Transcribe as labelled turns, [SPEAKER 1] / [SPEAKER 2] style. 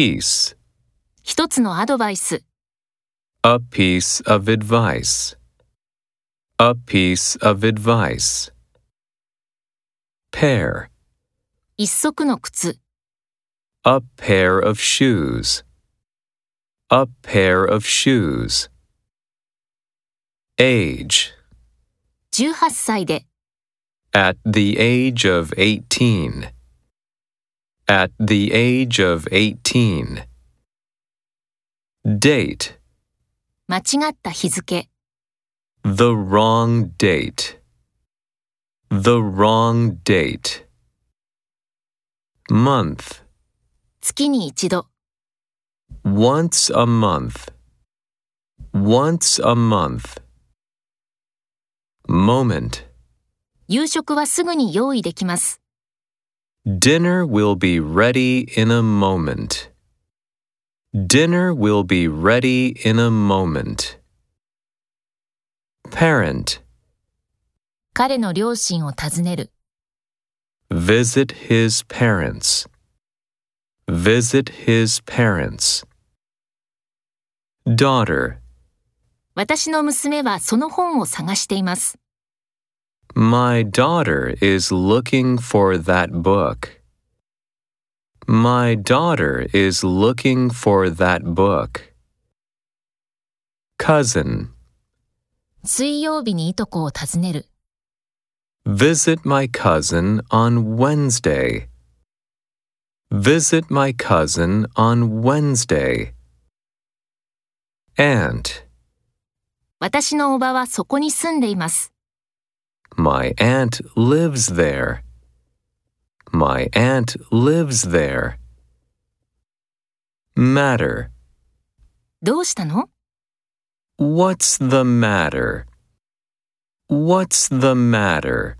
[SPEAKER 1] Piece.
[SPEAKER 2] 一つのアドバイス、
[SPEAKER 1] A piece of advice. A piece of advice. Pair.
[SPEAKER 2] 一足の靴、
[SPEAKER 1] A pair of shoes. A pair of shoes. Age.
[SPEAKER 2] 18歳で、
[SPEAKER 1] At the age of 18. At the age of 18. Date.
[SPEAKER 2] 間違った日付、
[SPEAKER 1] The wrong date. The wrong date. Month.
[SPEAKER 2] 月に一度、
[SPEAKER 1] Once a month. Once a month. Moment.
[SPEAKER 2] 夕食はすぐに用意できます。
[SPEAKER 1] Dinner will be ready in a moment. Dinner will be ready in a moment. Parent.
[SPEAKER 2] 彼の両親を訪ねる、
[SPEAKER 1] Visit his parents. Visit his parents. Daughter.
[SPEAKER 2] 私の娘はその本を探しています。
[SPEAKER 1] My daughter is looking for that book. My daughter is looking for that book. Cousin.
[SPEAKER 2] 水曜日にいとこを訪ねる、
[SPEAKER 1] Visit my cousin on Wednesday. Visit my cousin on Wednesday. Aunt.
[SPEAKER 2] 私のおばはそこに住んでいます。
[SPEAKER 1] My aunt lives there. My aunt lives there. Matter.
[SPEAKER 2] どうしたの
[SPEAKER 1] What's the matter? What's the matter?